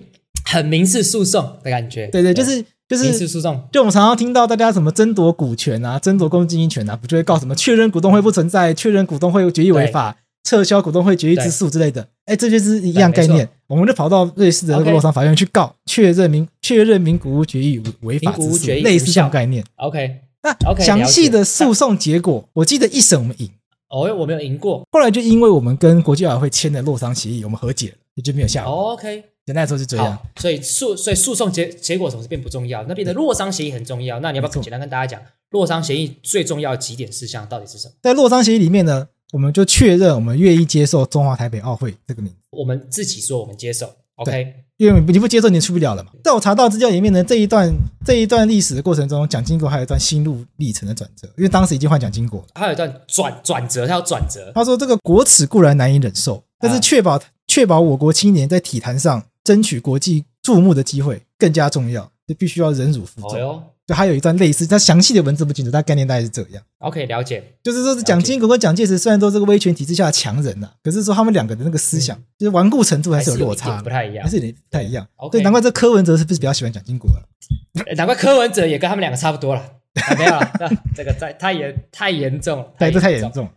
很民事诉讼的感觉？
对对，就是就
民事
是。
诉讼。
就我们常常听到大家什么争夺股权啊、争夺公共经营权啊，不就会告什么确认股东会不存在、确认股东会决议违法、撤销股东会决议之诉之类的。哎，这就是一样概
对没
念。我们就跑到瑞士的那个
OK
洛桑法院去告确认民确认名古屋决议违违法之
名古屋
诉，
决议
类似这
无效
种概念。
OK，
那
OK，
详细
了
的
解
诉讼结果，我记得一审我们赢，
哦，我没有赢过。
后来就因为我们跟国际奥委会签了洛桑协议，我们和解了，也就没有下文。
哦 OK，
简单来说是这样
好。，所以诉所以诉讼结结果总是并不重要，那变成洛桑协议很重要。那你要不
没
要
错
简单跟大家讲洛桑协议最重要的几点事项到底是什么？
在洛桑协议里面呢，我们就确认我们愿意接受中华台北奥会这个名字，
我们自己说我们接受，OK，
因为你不接受你就去不了了嘛。在我查到资料里面呢，这一段这一段历史的过程中，蒋经国还有一段心路历程的转折，因为当时已经换蒋经国了。
还有一段转转折，它有转折，
他说：“这个国耻固然难以忍受，
啊
但是确保确保我国青年在体坛上争取国际注目的机会更加重要，就必须要忍辱负
哦
重。
哟
就还有一段类似，它详细的文字不清楚，但概念大概是这样，
，OK，了解，
就是说是蒋经国跟蒋介石虽然都是这个威权体制下的强人呐、可是说他们两个的那个思想、就是顽固程度还是有
嗯有
落
一点
差
不
的，
太一样
还。是有点不太一样。
OK
对，难怪这柯文哲是不是比较喜欢蒋经国啊了？
呃难怪柯文哲也跟他们两个差不多了。啊没有了，那 这个太太严太严重了，
对，这太严重 了。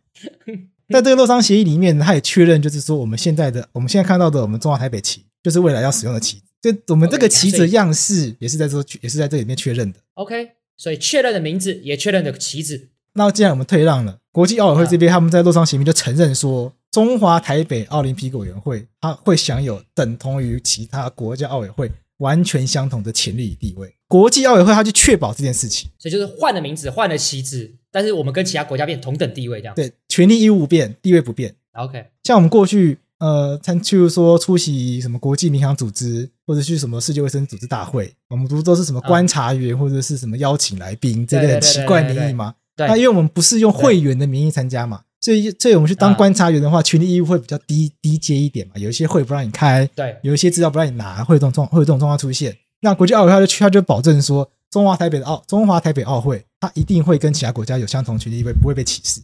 在这个洛桑协议里面，他也确认，就是说我们现在的我们现在看到的我们中华台北旗，就是未来要使用的旗子。就我们这个
OK，
旗
所
子
以
样式也是在这也是在这里面确认的。
OK，所以确认的名字也确认的旗帜，
那既然我们退让了，国际奥委会这边他们在洛桑协议就承认说，中华台北奥林匹克委员会它会享有等同于其他国家奥委会完全相同的潜力与地位。国际奥委会它去确保这件事情，
所以就是换了名字，换了旗帜，但是我们跟其他国家变同等地位这样。
对权利义务不变，地位不变。
，OK，
像我们过去呃，参譬如说出席什么国际民航组织，或者去什么世界卫生组织大会，我们不都是什么观察员、或者是什么邀请来宾这类
啊对对
很
对
奇
对
怪
对对
名义
对
吗？
对
那因为我们不是用会员的名义参加嘛，所以所以我们去当
啊
观察员的话，权利义务会比较低低阶一点嘛，有一些会不让你开，
对
有一些资料不让你拿，会有这种状会有这种状况出现。那国际奥委会他就去他就保证说，中华台北的奥中华台北奥会，它一定会跟其他国家有相同权利义务，不会被歧视。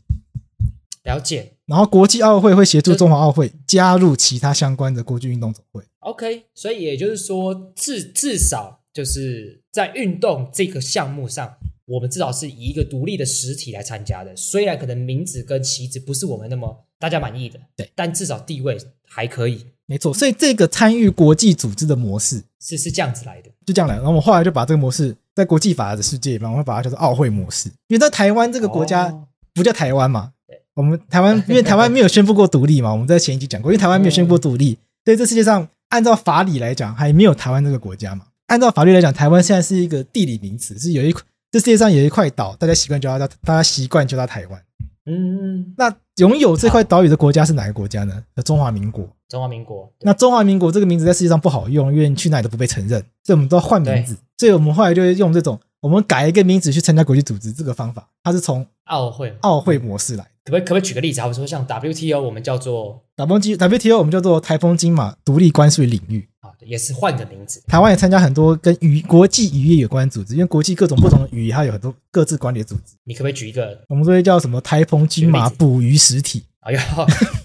了解
然后国际奥会会协助
就
中华奥会加入其他相关的国际运动总会。
，OK，所以也就是说，至至少就是在运动这个项目上，我们至少是以一个独立的实体来参加的，虽然可能名字跟旗帜不是我们那么大家满意的，
对，
但至少地位还可以，
没错，所以这个参与国际组织的模式
是是这样子来的。
就这样来。然后我们后来就把这个模式在国际法的世界里面，我们会把它叫做奥会模式，因为在台湾这个国家
哦
不叫台湾嘛，我们台湾因为台湾没有宣布过独立嘛，我们在前一集讲过，因为台湾没有宣布独
嗯
立，所以这世界上按照法理来讲，还没有台湾这个国家嘛。按照法律来讲，台湾现在是一个地理名词，是有一块这世界上有一块岛，大家习惯叫它大家习惯叫它台湾。
嗯，
那拥有这块岛屿的国家是哪个国家呢？叫中华民国。
中华民国，
那中华民国这个名字在世界上不好用，因为你去哪里都不被承认，所以我们都要换名字。所以我们后来就会用这种，我们改一个名字去参加国际组织这个方法，它是从
奥会嘛，
奥会模式来
可不可以可不可以举个例子？好比啊说像 WTO，我们叫做
的。WTO WTO 我们叫做台风金马独立关税领域。
啊，也是换个名字。
台湾也参加很多跟渔国际渔业有关的组织，因为国际各种不同的渔业，它有很多各自管理的组织，
你可不可以举一个？
我们都会叫什么台风金
举
马
例子
捕鱼实体，
哎呦，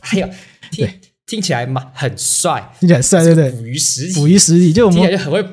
哎 呦，听听起来嘛很帅，
听起来很帅，对不
捕
对？
鱼实体，
捕鱼实体，就我
听起来
们
就很会，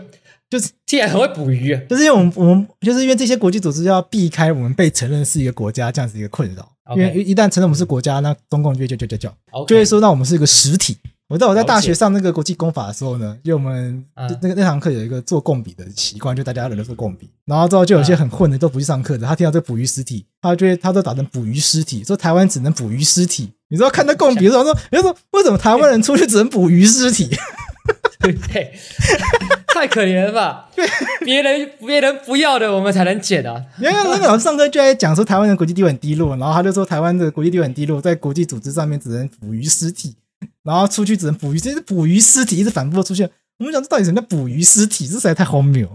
就是
听起来很会捕鱼啊。
就是因为我们我们就是因为这些国际组织要避开我们被承认是一个国家这样子一个困扰
OK
因为一旦承认我们是国家，那中共就会就就就就
OK
就会说那我们是一个实体。我知道我在大
了
学
解
上那个国际公法的时候呢，因为我们
嗯
就那个那堂课有一个做共笔的习惯，就大家轮流做共笔，然后之后就有
嗯
些很混的都不去上课的，他听到这捕鱼实体，他就会他都打成捕鱼尸体，说台湾只能捕鱼尸体。你知道看到共笔的时候说，你就说为什么台湾人出去只能捕鱼尸体？
对， 太可怜了吧？别人别人不要的，我们才能捡啊。
原来那个老师上课就在讲说台湾的国际地位很低落，然后他就说台湾的国际地位很低落，在国际组织上面只能捕鱼尸体，然后出去只能捕鱼，这是捕鱼尸体一直反复地出现。我们讲这到底什么叫捕鱼尸体？这实在太荒谬。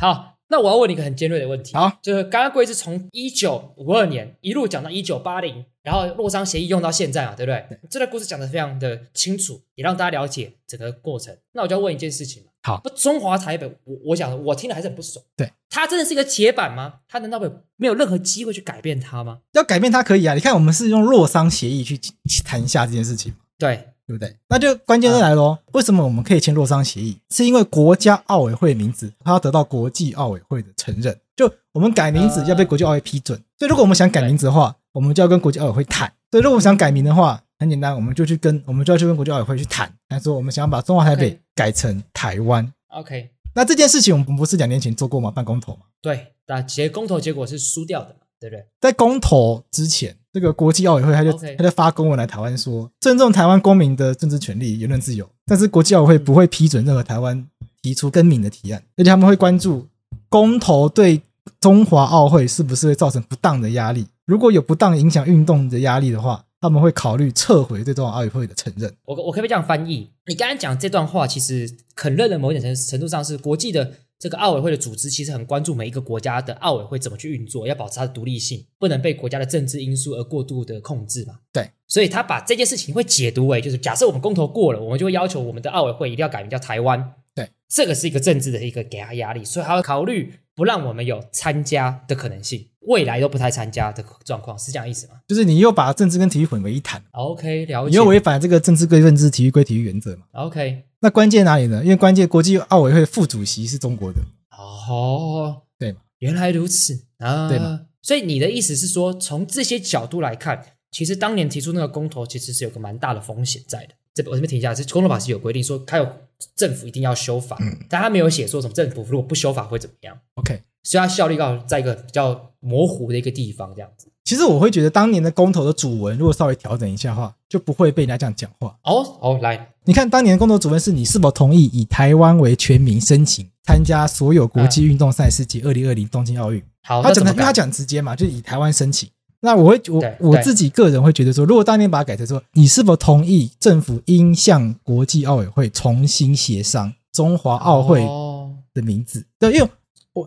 好，那我要问你一个很尖锐的问题。
好，
就是刚刚贵是从一九五二年一路讲到一九八零，然后洛桑协议用到现在嘛，对不对？这个故事讲的非常的清楚，也让大家了解整个过程。那我就要问一件事情嘛。
好
那中华台北，我我讲我听了还是很不爽。
对，
它真的是一个铁板吗？它难道没有没有任何机会去改变它吗？
要改变它可以啊，你看我们是用洛桑协议去去谈一下这件事情嘛，
对，
对不对？那就关键就来喽、为什么我们可以签洛桑协议？是因为国家奥委会名字它要得到国际奥委会的承认，就我们改名字要被国际奥委会批准。所以如果我们想改名字的话，我们就要跟国际奥委会谈。所以如果我们想改名的话，很简单，我们就去跟我们就要去跟国际奥委会去谈，他说我们想要把中华台北
OK
改成台湾。
OK，
那这件事情我们不是两年前做过吗？办公投嘛，
对，那结公投结果是输掉的嘛，对不对？
在公投之前，这个国际奥委会他就
OK
他就发公文来台湾说，尊重台湾公民的政治权利、言论自由，但是国际奥委会
嗯
不会批准任何台湾提出更名的提案，而且他们会关注公投对中华奥会是不是会造成不当的压力，如果有不当影响运动的压力的话，他们会考虑撤回对中华奥委会的承认。
我我可不可以这样翻译？你刚才讲这段话，其实肯认了某一点程程度上是国际的这个奥委会的组织，其实很关注每一个国家的奥委会怎么去运作，要保持它的独立性，不能被国家的政治因素而过度的控制嘛。
对，
所以他把这件事情会解读为，就是假设我们公投过了，我们就会要求我们的奥委会一定要改名叫台湾。
对，
这个是一个政治的一个给他压力，所以他会考虑不让我们有参加的可能性，未来都不太参加的状况，是这样意思吗
就是你又把政治跟体育混为一谈，
？OK，了
你
解。
又违反这个政治归政治，体育归体育原则嘛。
OK，
那关键哪里呢？因为关键国际奥委会副主席是中国的，
哦，
对吗？
原来如此啊，
对吗？
所以你的意思是说，从这些角度来看，其实当年提出那个公投，其实是有个蛮大的风险在的。这我这边停一下，是公投法是有规定说，它有政府一定要修法，
嗯
但它没有写说什么政府如果不修法会怎么样，
OK，
所以它效力到在一个比较模糊的一个地方，这样子。
其实我会觉得当年的公投的主文，如果稍微调整一下的话，就不会被人家这样讲话。
哦哦，来，
你看当年的公投主文是你是否同意以台湾为全民申请参加所有国际运动赛事及二零二零东京奥运？
好，啊
他
那怎
讲的，
么
因为他
改？
讲直接嘛，就是以台湾申请。那我会我
对
我
对
自己个人会觉得说，如果当年把它改成说，你是否同意政府应向国际奥委会重新协商中华奥会
哦
的名字？对，因为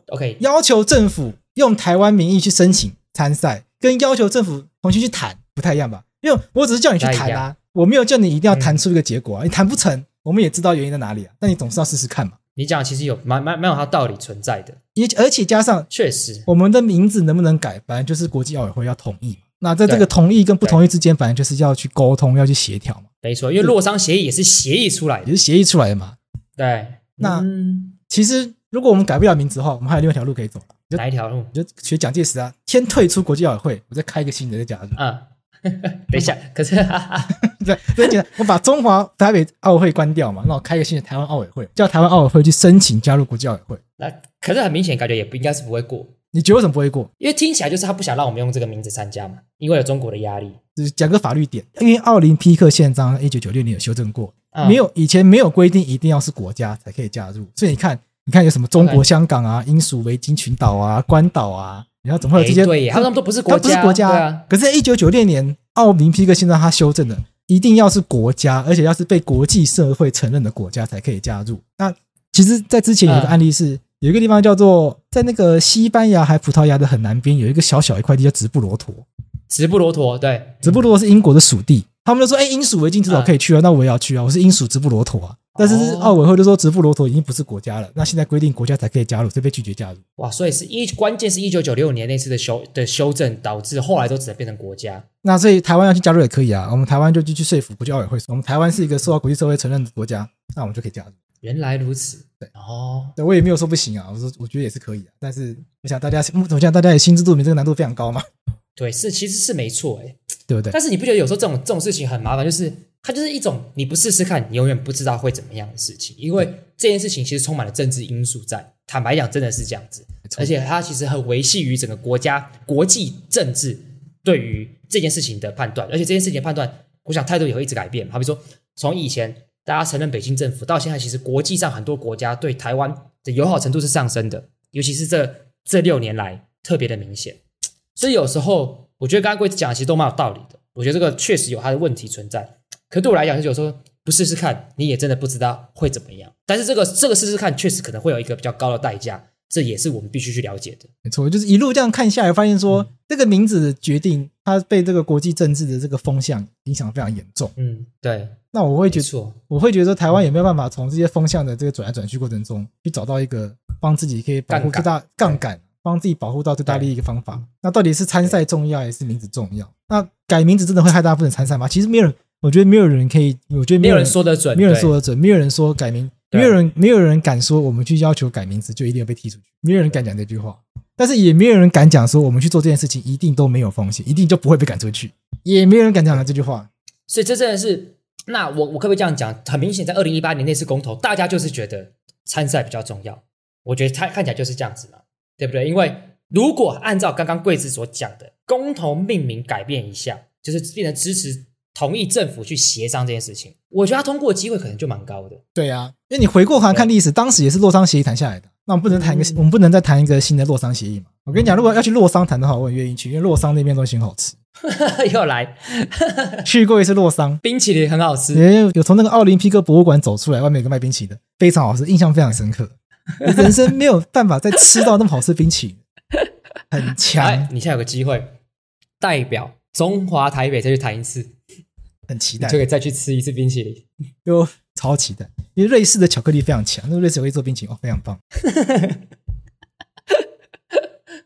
，OK，
要求政府用台湾名义去申请参赛，跟要求政府重新去谈，不太一样吧？因为我只是叫你去
不太
谈
一
啊
样，嗯
我没有叫你一定要谈出一个结果啊，你谈不成，我们也知道原因在哪里啊，但你总是要试试看嘛。
你讲的其实有蛮蛮蛮有它道理存在的，
也而且加上
确实，
我们的名字能不能改，反正就是国际奥委会要同意嘛。那在这
对
个同意跟不同意之间，反正就是要去沟通，要去协调嘛，
没错，因为洛桑协议也是协议出来
也
的，
是协议出来的嘛。
对。
那
嗯、
其实如果我们改不了名字的话，我们还有另外一条路可以走了，你就
哪一条路？
你就学蒋介石啊，先退出国际奥委会，我再开一个新的再加入。
啊， 等 一下，可是 哈哈哈
对，所以简单，我把中华台北奥委会关掉嘛，那我开一个新的台湾奥委会，叫台湾奥委会去申请加入国际奥委会。
那可是很明显，感觉也不应该是不会过，
你觉得为什么不会过？
因为听起来就是他不想让我们用这个名字参加嘛，因为有中国的压力。
就是讲个法律点，因为奥林匹克宪章一九九六年有修正过，
嗯
没有以前没有规定一定要是国家才可以加入，所以你看，你看有什么中国
OK
香港啊、英属维京群岛啊、关岛啊，然后怎么会有这些？
哎对耶他们都不是国
它不是
家
国家
对啊
可是，一九九六年奥林匹克宪章它修正的，一定要是国家，而且要是被国际社会承认的国家才可以加入。那其实，在之前有个
嗯
案例是，有一个地方叫做在那个西班牙还葡萄牙的很南边，有一个小小一块地叫直布罗陀。
直布罗陀，对，
直布罗陀是英国的属地，他们就说：“哎、英属维京之岛可以去啊，那我也要去啊，我是英属直布罗陀啊。”但是
哦
奥委会就说直布罗陀已经不是国家了，那现在规定国家才可以加入，所以被拒绝加入。
哇，所以是一关键是一九九六年那次的修的修正，导致后来都只能变成国家。
那所以台湾要去加入也可以啊，我们台湾就去去说服国际奥委会，我们台湾是一个受到国际社会承认的国家，那我们就可以加入。
原来如此，对哦，
对我也没有说不行啊，我说我觉得也是可以啊，但是我想大家目我想大家也心知肚明，这个难度非常高嘛，
对，是其实是没错哎，
对不对？
但是你不觉得有时候这种这种事情很麻烦，就是它就是一种你不试试看，你永远不知道会怎么样的事情，因为这件事情其实充满了政治因素在。坦白讲，真的是这样子，
错
而且它其实很维系于整个国家国际政治对于这件事情的判断，而且这件事情的判断，我想态度也会一直改变。好比说，从以前大家承认北京政府到现在，其实国际上很多国家对台湾的友好程度是上升的，尤其是这这六年来特别的明显。所以有时候我觉得刚刚贵子讲的其实都蛮有道理的，我觉得这个确实有它的问题存在。可对我来讲，就是有时候不试试看，你也真的不知道会怎么样。但是这个这个试试看，确实可能会有一个比较高的代价，这也是我们必须去了解的。
没错，就是一路这样看下来，发现说、
嗯
这个名字的决定，它被这个国际政治的这个风向影响非常严重。
嗯，对，
那我会觉
没
得，
错，
我会觉得说台湾也没有办法从这些风向的这个转来转去过程中，去找到一个帮自己可以保护
杠
最
杆
大杠杆，帮自己保护到最大利益一个方法。那到底是参赛重要还是名字重要？那改名字真的会害大部分人参赛吗？其实没有人，我觉得没有人可以，我觉得
没有
有
人说得准，
没有人
对
说得准，没有人说改名，
对
没有人没有人敢说我们去要求改名字就一定要被踢出去，没有人敢讲这句话，但是也没有人敢讲说我们去做这件事情一定都没有风险，一定就不会被赶出去，也没有人敢讲了这句话。
所以这真的是，那我我可不可以这样讲？很明显，在二零一八年那次公投，大家就是觉得参赛比较重要。我觉得他看起来就是这样子嘛，对不对？因为如果按照刚刚贵子所讲的，公投命名改变一下，就是变成支持同意政府去协商这件事情，我觉得他通过的机会可能就蛮高的。
对呀、因为你回过头来看历史，当时也是洛桑协议谈下来的。那我们不能
嗯
谈一个，我们不能再谈一个新的洛桑协议嘛？我跟你讲，如果要去洛桑谈的话，我也愿意去，因为洛桑那边东西很好吃。
又来，
去过一次 洛桑，
冰淇淋很好吃，
也有从那个奥林匹克博物馆走出来，外面有个卖冰淇淋的，非常好吃，印象非常深刻。人生没有办法再吃到那么好吃的冰淇淋，很强
哎，，你现在有个机会代表中华台北再去谈一次，
很期
你
待
就，可以再去吃一次冰淇淋。
就超期待。因为瑞士的巧克力非常强，那个瑞士会做冰淇淋哦，非常 棒。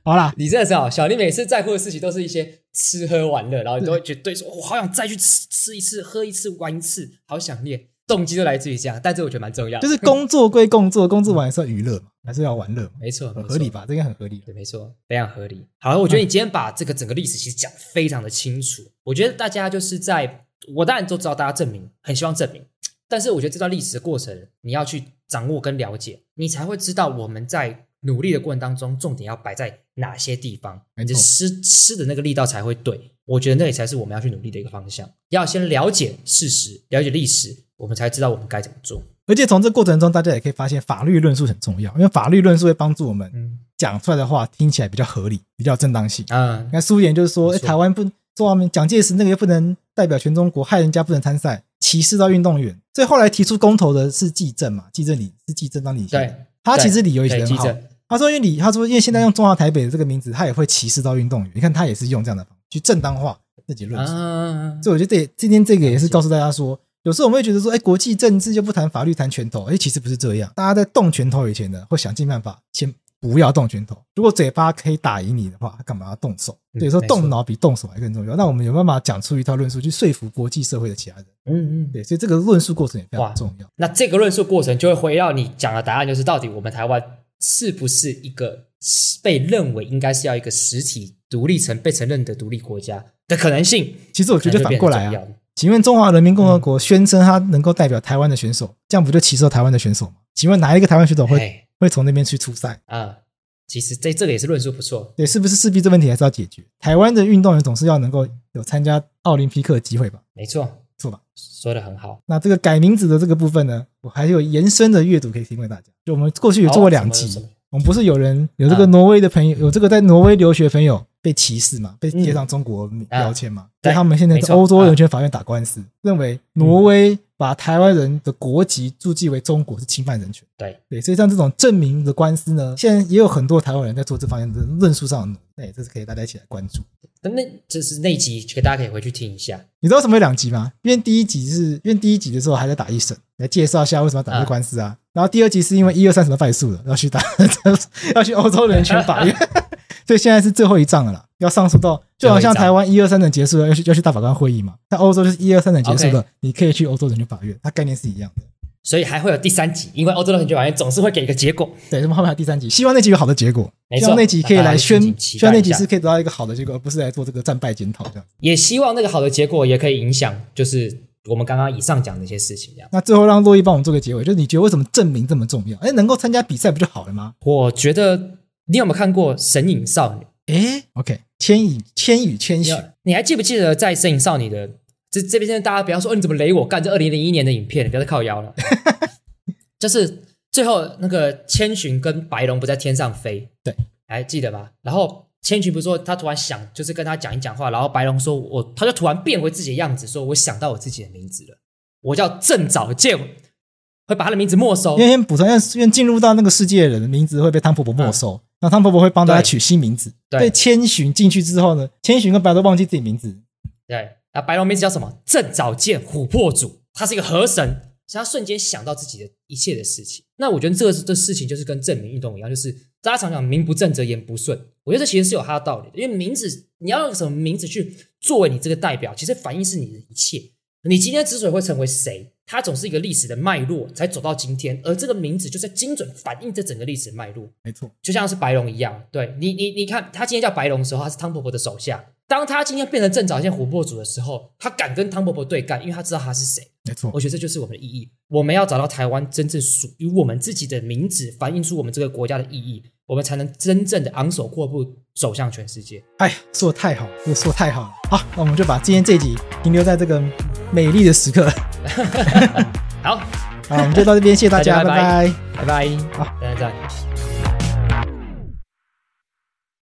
好啦，
你真的是好笑，你每次在乎的事情都是一些吃喝玩乐，然后你都会觉得对说，我好想再去吃吃一次、喝一次、玩一次，好想念，动机都来自于这样，但这我觉得蛮重要的，
就是工作归工作，工作完还是要娱乐 嘛，还是要玩乐嘛，
没错，
很
没错
合理？吧？这应该很合理。
对，没错，非常合理。好了，我觉
嗯
得你今天把这个整个历史其实讲得非常的清楚，我觉得大家就是在，我当然都知道大家证明很希望证明，但是我觉得这段历史的过程你要去掌握跟了解，你才会知道我们在努力的过程当中重点要摆在哪些地方，
没
你
错
的施施的那个力道才会对。我觉得那里才是我们要去努力的一个方向，要先了解事实，了解历史，我们才知道我们该怎么做。
而且从这过程中，大家也可以发现法律论述很重要，因为法律论述会帮助我们
嗯
讲出来的话听起来比较合理，比较有正当性。
啊
你，看苏联就是说，
没
诶
错
台湾不中华民蒋介石那个又不能代表全中国，害人家不能参赛，歧视到运动员，所以后来提出公投的是纪政嘛，纪政理是纪政当理性
对
的，，他其实理由也
对
很
记
好
者，
他说因为理他说因为现在用中华台北的这个名字，他也会歧视到运动员，你看他也是用这样的方法去正当化。自己论述。
啊，
所以我觉得这今天这个也是告诉大家说，有时候我们会觉得说，哎，国际政治就不谈法律，谈拳头。哎，其实不是这样，大家在动拳头以前呢，会想尽办法先不要动拳头。如果嘴巴可以打赢你的话，干嘛要动手？
嗯
所以说
没错
动脑比动手还更重要。那我们有办法讲出一套论述去说服国际社会的其他人。
嗯嗯。
对，所以这个论述过程也非常
哇
重要。
那这个论述过程就会回到你讲的答案，就是到底我们台湾是不是一个被认为应该是要一个实体独立成被承认的独立国家的可能性？
其实我觉得反过来
可能就变得
啊
重，要了
请问中华人民共和国宣称他能够代表台湾的选手，这样不就歧视了台湾的选手吗？请问哪一个台湾选手会
哎
会从那边去出赛？
啊，其实这这个也是论述不错，
对，是不是势必这问题还是要解决？台湾的运动员总是要能够有参加奥林匹克的机会吧？
没错，
错吧？
说的很好。
那这个改名字的这个部分呢，我还有延伸的阅读可以提供给大家。就我们过去有做过两
好啊什么
集
什么，
我们不是有人有这个
啊
挪威的朋友，有这个在挪威留学的朋友被歧视嘛，被贴上中国标签嘛，
嗯啊对
所以他们现在
没
在
错啊嗯
欧洲人权法院打官司，认为挪威把台湾人的国籍注记为中国是侵犯人权。
对，
对，所以像这种证明的官司呢，现在也有很多台湾人在做这方面的论述上的努力，那也这是可以大家一起来关注。
那那这是那一集，给大家可以回去听一下。
你知道为什么有两集吗？因为第一集是因为第一集的时候还在打一审，来介绍一下为什么要打这个官司啊。然后第二集是因为一二三什么败诉了，要去打 要去欧洲人权法 院，所以现在是最后一仗了啦，要上诉到就好像台湾一二三等结束了，要去要去大法官会议嘛。在欧洲就是一二三等结束了
OK
你可以去欧洲人权法院，它概念是一样的。
所以还会有第三集，因为欧洲的很久法院总是会给一个结果。
对，那么后面还有第三集，希望那集有好的结果，
没
希
错
望那集可以来宣
那大家，敬请期待
希
一下
望那集是可以得到一个好的结果，而不是来做这个战败检讨这样。
也希望那个好的结果也可以影响，就是我们刚刚以上讲的一些事情。这样，
那最后让洛伊帮我们做个结尾，就是你觉得为什么证明这么重要？哎，能够参加比赛不就好了吗？
我觉得你有没有看过《神隐少女》？
诶 o k 千与千与千
你
寻
有，你还记不记得在《神隐少女》的这这边，现在大家不要说，哦，你怎么雷我？干这二零零一年的影片，你不要再靠腰了。就是最后那个千寻跟白龙不在天上飞，
对，
还记得吗？然后千寻不是说他突然想，就是跟他讲一讲话，然后白龙说我，他就突然变回自己的样子，说我想到我自己的名字了，我叫郑早见，会把他的名字没收
因。为先补充，因为因为进入到那个世界的人的名字会被汤婆婆没收，那汤婆婆会帮大家
对
取新名字。
嗯对
被千寻进去之后呢，千寻跟白都忘记自己名字，
对，那白龙名字叫什么？正早见琥珀主，他是一个河神，所以他瞬间想到自己的一切的事情。那我觉得这个这事情就是跟证明运动一样，就是大家常讲名不正则言不顺，我觉得这其实是有它的道理的，因为名字你要用什么名字去作为你这个代表，其实反映是你的一切。你今天之所以会成为谁，它总是一个历史的脉络才走到今天，而这个名字就在精准反映这整个历史脉络。
没错，
就像是白龙一样，对你，你你看，他今天叫白龙的时候，他是汤婆婆的手下。当他今天变成正早见琥珀主的时候，他敢跟汤婆婆对干，因为他知道他是谁。
没错
我，觉得这就是我们的意义。我们要找到台湾真正属于我们自己的名字，反映出我们这个国家的意义，我们才能真正的昂首阔步走向全世界。
哎呀，说的太好，这个说得太好了。好，那我们就把今天这集停留在这个美丽的时刻。
好，
啊好，我们就到这边，谢谢大
大
家，
家拜
拜
拜拜
拜
拜，
好，
大家再见。